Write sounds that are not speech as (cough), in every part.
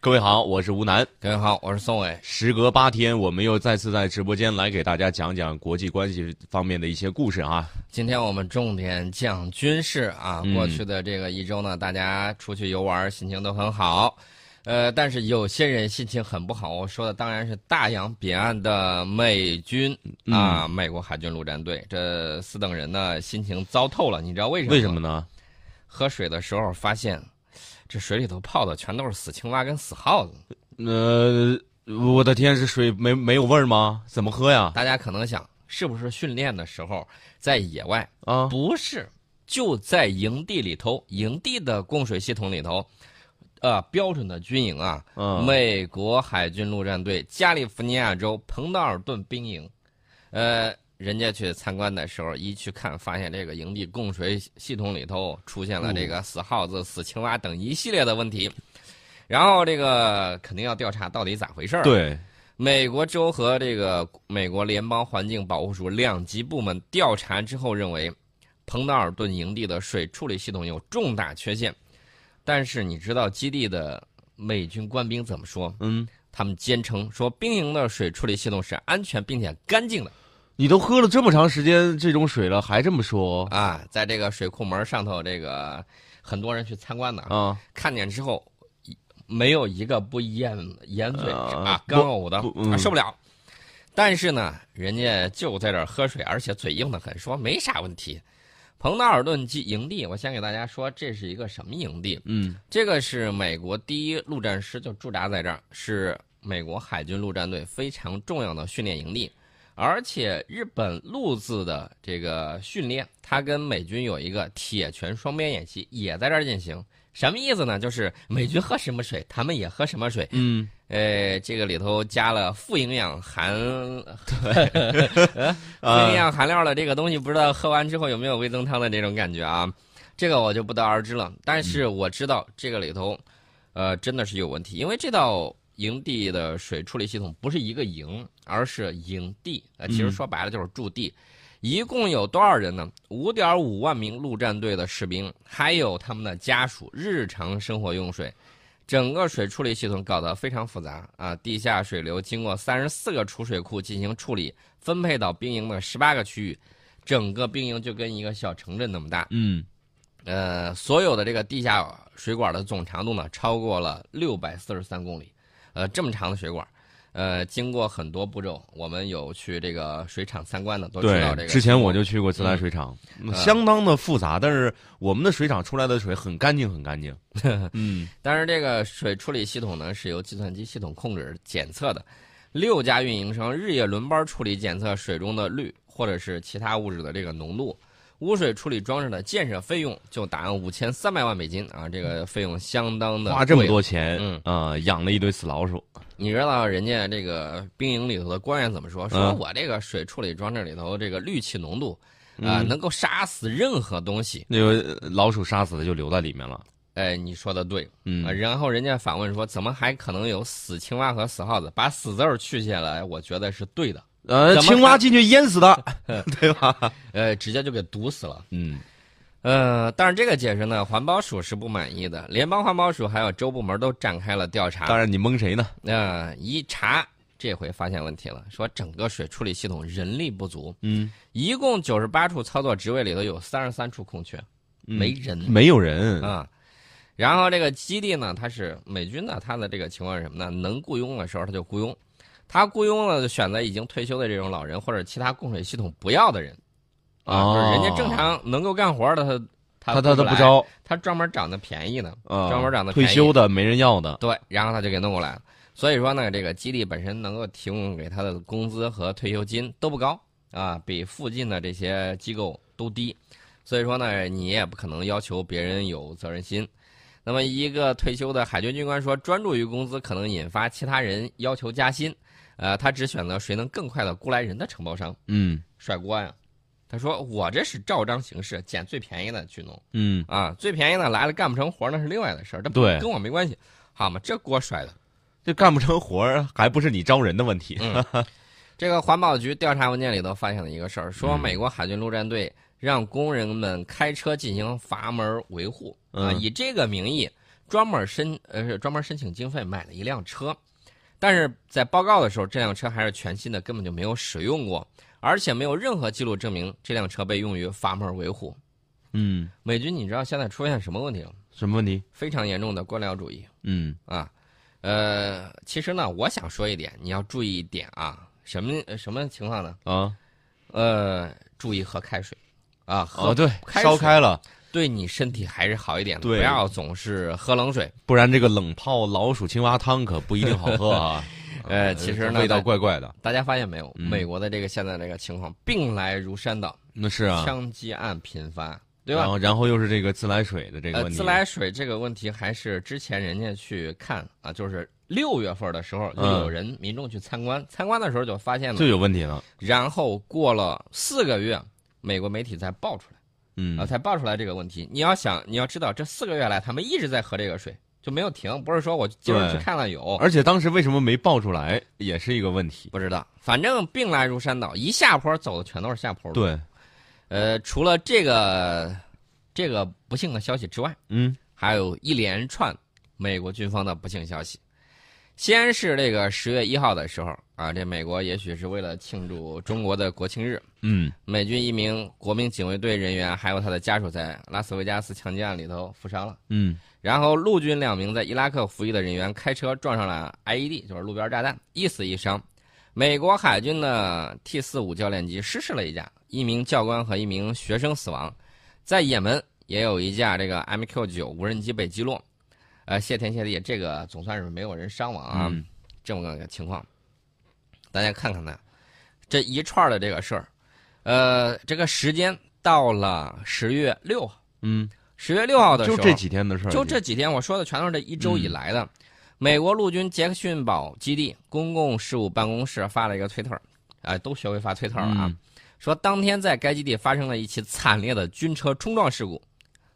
各位好，我是吴楠。各位好，我是宋伟。时隔八天，我们又再次在直播间来给大家讲讲国际关系方面的一些故事啊。今天我们重点讲军事啊。过去的这个一周呢，大家出去游玩，心情都很好。呃，但是有些人心情很不好。我说的当然是大洋彼岸的美军啊，美国海军陆战队这四等人呢，心情糟透了。你知道为什么？为什么？呢？喝水的时候发现，这水里头泡的全都是死青蛙跟死耗子。呃，我的天，这水没没有味儿吗？怎么喝呀？大家可能想，是不是训练的时候在野外啊，不是，就在营地里头，营地的供水系统里头，呃，标准的军营啊，嗯美国海军陆战队加利福尼亚州彭德尔顿兵营，呃，人家去参观的时候，一去看，发现这个营地供水系统里头出现嗯了这个死耗子、死青蛙等一系列的问题，然后这个肯定要调查到底咋回事儿、啊。对，美国州和这个美国联邦环境保护署两级部门调查之后认为，彭德尔顿营地的水处理系统有重大缺陷。但是你知道基地的美军官兵怎么说？嗯，他们坚称说兵营的水处理系统是安全并且干净的你都喝了这么长时间这种水了，还这么说啊，在这个水库门上头，这个很多人去参观的啊，啊？看见之后没有一个不掩掩嘴啊啊干呕的不不嗯啊受不了。但是呢，人家就在这儿喝水，而且嘴硬的很，说没啥问题。彭德尔顿基营地，我先给大家说，这是一个什么营地？嗯这个是美国第一陆战师就驻扎在这儿，是美国海军陆战队非常重要的训练营地。而且日本陆自的这个训练，它跟美军有一个铁拳双边演习，也在这儿进行。什么意思呢？就是美军喝什么水，他们也喝什么水。嗯，呃，这个里头加了负营养含负营啊，养含量的这个东西，不知道喝完之后有没有味增汤的这种感觉啊？这个我就不得而知了。但是我知道这个里头，呃，真的是有问题，因为这道营地的水处理系统不是一个营，而是营地。呃，其实说白了就是驻地。一共有多少人呢？五点五万名陆战队的士兵，还有他们的家属，日常生活用水。整个水处理系统搞得非常复杂啊！地下水流经过三十四个储水库进行处理，分配到兵营的十八个区域，整个兵营就跟一个小城镇那么大。嗯，呃，所有的这个地下水管的总长度呢，超过了六百四十三公里。呃，这么长的水管，呃，经过很多步骤，我们有去这个水厂参观的，都知道这对，个。之前我就去过自来水厂，嗯相当的复杂，但是我们的水厂出来的水很干净，很 (laughs) 干净。嗯但是这个水处理系统呢是由计算机系统控制检测的，六家运营商日夜轮班处理检测水中的氯或者是其他物质的这个浓度。污水处理装置的建设费用就达五千三百万美金啊，这个费用相当的花这么多钱，嗯啊、养了一堆死老鼠，你知道人家这个兵营里头的官员怎么说？说嗯我这个水处理装置里头这个氯气浓度，啊、嗯能够杀死任何东西。那个老鼠杀死的就留在里面了。哎，你说的对。嗯啊然后人家反问说，怎么还可能有死青蛙和死耗子？把“死”字儿去下来，我觉得是对的。呃，怎么青蛙看进去淹死 (laughs) 的，对吧？呃，直接就给毒死了。嗯呃，但是这个解释呢，环保署是不满意的，联邦环保署还有州部门都展开了调查。当然你蒙谁呢？那、一查，这回发现问题了，说整个水处理系统人力不足。嗯，一共九十八处操作职位里头有三十三处空缺，嗯没人没有人。啊。然后这个基地呢，它是美军呢，它的这个情况是什么呢？能雇佣的时候他就雇佣，他雇佣了就选择已经退休的这种老人或者其他供水系统不要的人啊，哦就是人家正常能够干活的他他他他他不，招，他专门找那便宜的，啊，专门找那退便宜休的没人要的。对，然后他就给弄过来了。所以说呢，这个基地本身能够提供给他的工资和退休金都不高啊，比附近的这些机构都低。所以说呢，你也不可能要求别人有责任心。那么，一个退休的海军军官说，专注于工资可能引发其他人要求加薪，呃，他只选择谁能更快的雇来人的承包商嗯甩锅呀。他说：“我这是照章行事，捡最便宜的去弄。”嗯，啊，最便宜的来了干不成活儿那是另外的事儿，这不对跟我没关系，好嘛，这锅甩的。这干不成活儿，还不是你招人的问题。这个环保局调查文件里头发现了一个事儿，说嗯美国海军陆战队让工人们开车进行阀门维护啊，嗯以这个名义专门申呃专门申请经费买了一辆车，但是在报告的时候，这辆车还是全新的，根本就没有使用过，而且没有任何记录证明这辆车被用于阀门维护。嗯，美军，你知道现在出现什么问题了？什么问题？非常严重的官僚主义嗯啊。呃，其实呢，我想说一点，你要注意一点啊，什么呃什么情况呢？啊，呃，注意喝开水啊，喝、哦对，开烧水开了，对你身体还是好一点的，对不要总是喝冷水。不然这个冷泡老鼠青蛙汤可不一定好喝啊。 (laughs) 呃，其实呢，味道大怪怪的。大家发现没有？嗯美国的这个现在这个情况，病来如山倒，那是啊，枪击案频发，对然吧？后然后又是这个自来水的这个呃，问题。自来水这个问题还是之前人家去看啊，就是六月份的时候就嗯有人民众去参观，参观的时候就发现就了，有问题了。然后过了四个月，美国媒体才爆出来嗯啊，才爆出来这个问题。你要想，你要知道，这四个月来他们一直在喝这个水，就没有停，不是说我今儿去对看了有，而且当时为什么没爆出来，也是一个问题。不知道，反正病来如山倒，一下坡走的全都是下坡路。对，呃，除了这个这个不幸的消息之外，嗯还有一连串美国军方的不幸消息。先是这个十月一号的时候啊，这美国也许是为了庆祝中国的国庆日，嗯美军一名国民警卫队人员还有他的家属在拉斯维加斯枪击案里头负伤了。嗯然后陆军两名在伊拉克服役的人员开车撞上了 IED，就是路边炸弹，一死一伤。美国海军的 T 4 5教练机失事了一架，一名教官和一名学生死亡。在也门也有一架这个 MQ 9无人机被击落，呃，谢天谢地，这个总算是没有人伤亡啊。嗯这么个情况，大家看看呢，这一串儿的这个事儿，呃，这个时间到了十月六号，嗯，十月六号的时就候，啊这几天的事儿。就这几天我说的全都是这一周以来的。美国陆军杰克逊堡基地公共事务办公室发了一个推特，哎，都学会发推特了啊，嗯说当天在该基地发生了一起惨烈的军车冲撞事故，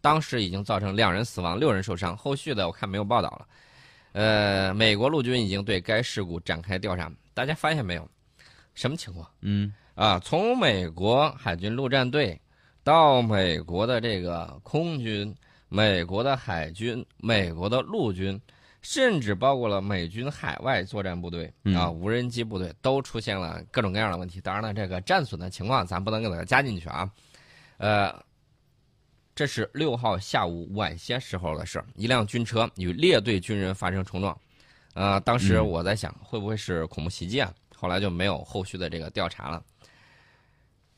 当时已经造成两人死亡、六人受伤，后续的我看没有报道了。呃，美国陆军已经对该事故展开调查，大家发现没有？什么情况？嗯啊，从美国海军陆战队到美国的这个空军、美国的海军、美国的陆军，甚至包括了美军海外作战部队嗯啊，无人机部队都出现了各种各样的问题。当然了，这个战损的情况咱不能给它加进去啊。呃，这是六号下午晚些时候的事儿，一辆军车与列队军人发生冲撞。呃，当时嗯我在想，会不会是恐怖袭击啊？后来就没有后续的这个调查了。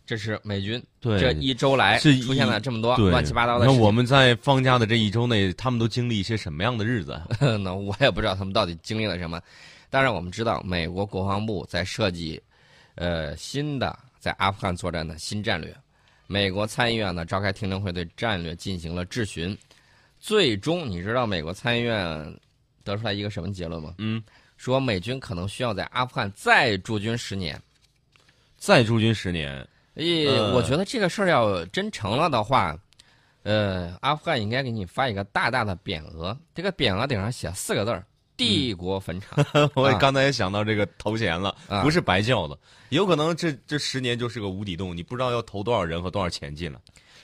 这是美军对这一周来是一出现了这么多对乱七八糟的那事情。我们在放假的这一周内，他们都经历一些什么样的日子？啊 (laughs) 那我也不知道他们到底经历了什么。当然，我们知道美国国防部在设计，呃，新的在阿富汗作战的新战略。美国参议院呢召开听证会，对战略进行了质询。最终，你知道美国参议院得出来一个什么结论吗？嗯，说美军可能需要在阿富汗再驻军十年。再驻军十年，诶，呃我觉得这个事儿要真成了的话，呃，阿富汗应该给你发一个大大的匾额，这个匾额顶上写四个字儿“帝国坟场” (laughs) 我啊刚才也想到这个头衔了，啊不是白叫的，有可能这这十年就是个无底洞，你不知道要投多少人和多少钱进来。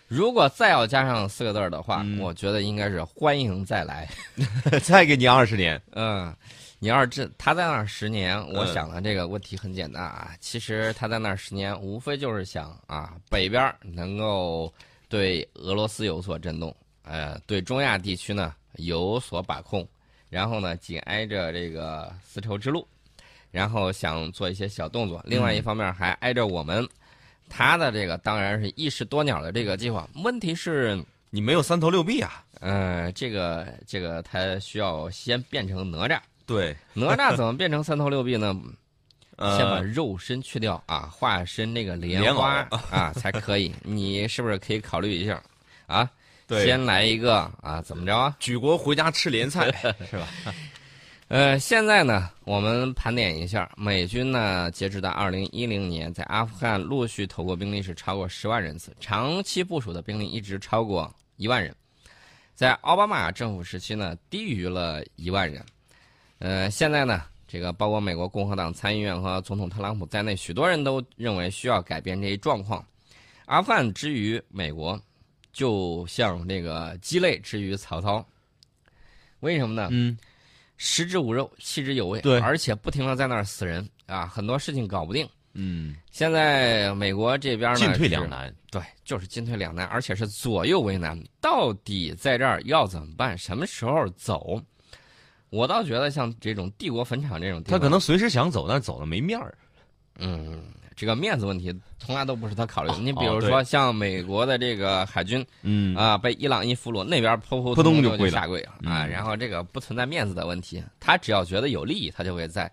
如果再要加上四个字儿的话，嗯我觉得应该是欢迎再来。 (laughs) 再给你二十年，嗯，你要是这他在那儿十年，我嗯想了这个问题很简单啊。其实他在那儿十年，无非就是想啊，北边儿能够对俄罗斯有所震动，呃，对中亚地区呢有所把控，然后呢紧挨着这个丝绸之路，然后想做一些小动作。另外一方面还挨着我们，他的这个当然是一石多鸟的这个计划。问题是。你没有三头六臂啊？呃，这个这个，他需要先变成哪吒。对，哪吒怎么变成三头六臂呢？呃，先把肉身去掉啊，化身那个莲花莲啊才可以。你是不是可以考虑一下啊？对先来一个啊，怎么着啊？举国回家吃莲 (laughs) 菜是吧？呃，现在呢，我们盘点一下，美军呢，截止到二零一零年，在阿富汗陆续投过兵力是超过十万人次，长期部署的兵力一直超过一万人，在奥巴马政府时期呢，低于了一万人。呃，现在呢，这个包括美国共和党参议院和总统特朗普在内，许多人都认为需要改变这一状况。阿富汗之于美国，就像那个鸡肋之于曹操。为什么呢？嗯，食之无肉，弃之有味，对而且不停的在那儿死人啊，很多事情搞不定。嗯，现在美国这边呢，进退两是难。对，就是进退两难，而且是左右为难。到底在这儿要怎么办？什么时候走？我倒觉得像这种帝国坟场这种地他方，可能随时想走，但走了没面儿。嗯，这个面子问题从来都不是他考虑的。哦你比如说像美国的这个海军嗯啊，被伊朗一俘虏，那边扑扑扑通就就跪了下跪啊，嗯然后这个不存在面子的问题，他只要觉得有利益，他就会在。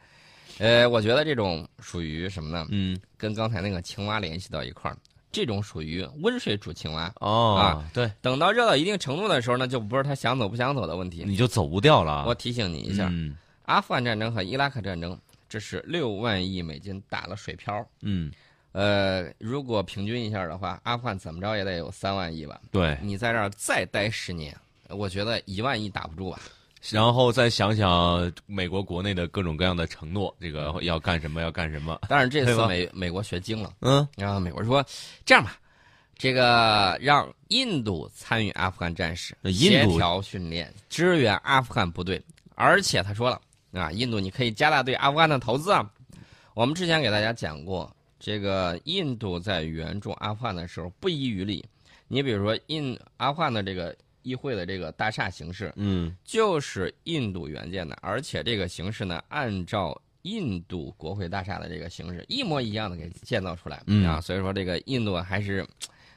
呃，我觉得这种属于什么呢？嗯，跟刚才那个青蛙联系到一块儿，这种属于温水煮青蛙。哦，对，等到热到一定程度的时候呢，就不是他想走不想走的问题。你就走不掉了啊。我提醒你一下，嗯阿富汗战争和伊拉克战争，这是六万亿美金打了水漂。嗯，呃，如果平均一下的话，阿富汗怎么着也得有三万亿吧？对。你在这儿再待十年，我觉得一万亿打不住吧？啊然后再想想美国国内的各种各样的承诺，这个要干什么，要干什么。但是这对吧次美美国学精了，嗯，然后美国说这样吧，这个让印度参与阿富汗战事，那印协度调训练，支援阿富汗部队。而且他说了啊，印度你可以加大对阿富汗的投资啊。我们之前给大家讲过，这个印度在援助阿富汗的时候不遗余力。你比如说印阿富汗的这个议会的这个大厦形式，嗯，就是印度援建的，而且这个形式呢，按照印度国会大厦的这个形式一模一样的给建造出来、嗯啊，所以说这个印度还是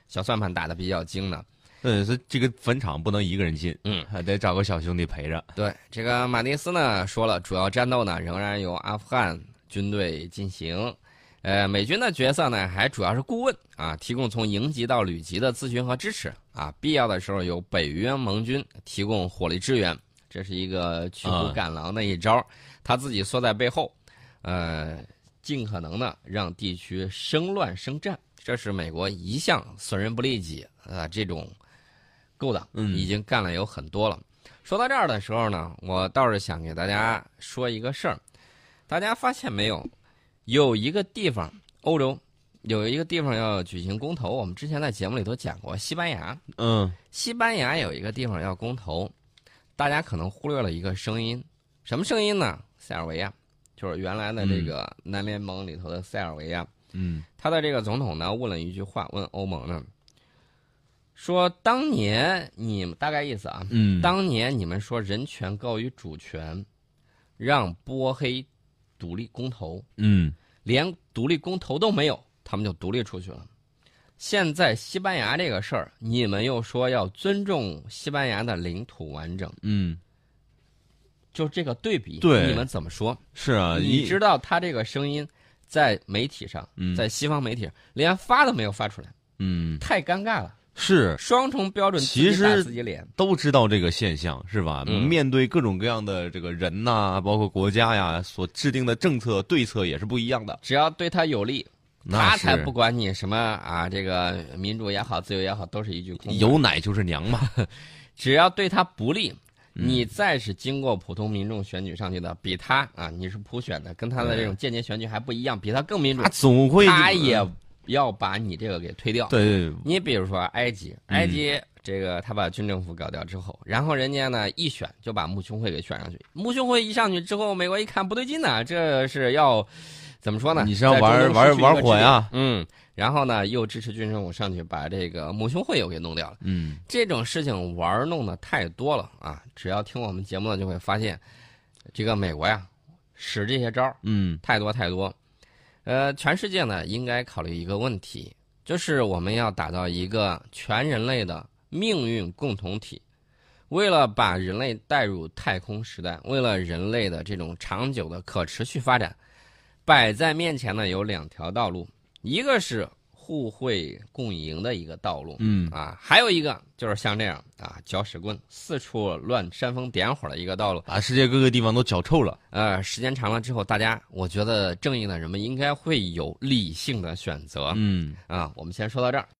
小算盘打的比较精的。对，这这个坟场不能一个人进，嗯还得找个小兄弟陪着。对，这个马蒂斯呢说了，主要战斗呢仍然由阿富汗军队进行。呃，美军的角色呢，还主要是顾问啊，提供从营级到旅级的咨询和支持啊，必要的时候由北约盟军提供火力支援，这是一个驱虎啊赶狼的一招，他自己缩在背后，呃，尽可能的让地区生乱生战，这是美国一向损人不利己啊、呃这种勾当，嗯已经干了有很多了。说到这儿的时候呢，我倒是想给大家说一个事儿，大家发现没有？有一个地方，欧洲有一个地方要举行公投，我们之前在节目里都讲过，西班牙。嗯，西班牙有一个地方要公投，大家可能忽略了一个声音，什么声音呢？塞尔维亚，就是原来的这个南联盟里头的塞尔维亚。嗯，他的这个总统呢问了一句话，问欧盟呢，说当年你们大概意思啊，嗯，当年你们说人权高于主权，让波黑独立公投，嗯，连独立公投都没有，他们就独立出去了。现在西班牙这个事儿，你们又说要尊重西班牙的领土完整，嗯，就这个对比，对你们怎么说？是啊，你一知道他这个声音在媒体上，嗯在西方媒体上连发都没有发出来，嗯太尴尬了，是双重标准，其自己打实自己脸。都知道这个现象是吧？嗯面对各种各样的这个人呐、包括国家呀，所制定的政策对策也是不一样的。只要对他有利，那他才是不管你什么啊，这个民主也好，自由也好，都是一句空话。有奶就是娘嘛。只要对他不利，嗯你再是经过普通民众选举上去的，比他啊，你是普选的，跟他的这种间接选举还不一样，比他更民 (laughs) 主他，总会他也要把你这个给推掉。嗯对，嗯你比如说埃及，埃及这个他把军政府搞掉之后，然后人家呢一选就把穆兄会给选上去，穆兄会一上去之后，美国一看不对劲呐，这是要怎么说呢？你是要玩在中东失去一个玩玩火呀支点嗯，然后呢又支持军政府上去把这个穆兄会又给弄掉了。嗯，这种事情玩弄的太多了啊！只要听我们节目的就会发现，这个美国呀，使这些招儿嗯，太多太多。呃，全世界呢应该考虑一个问题，就是我们要打造一个全人类的命运共同体。为了把人类带入太空时代，为了人类的这种长久的可持续发展，摆在面前呢有两条道路，一个是互惠共赢的一个道路，嗯，啊，还有一个就是像这样啊，搅屎棍四处乱煽风点火的一个道路。把世界各个地方都搅臭了。呃，时间长了之后，大家我觉得正义的人们应该会有理性的选择嗯。啊。我们先说到这儿。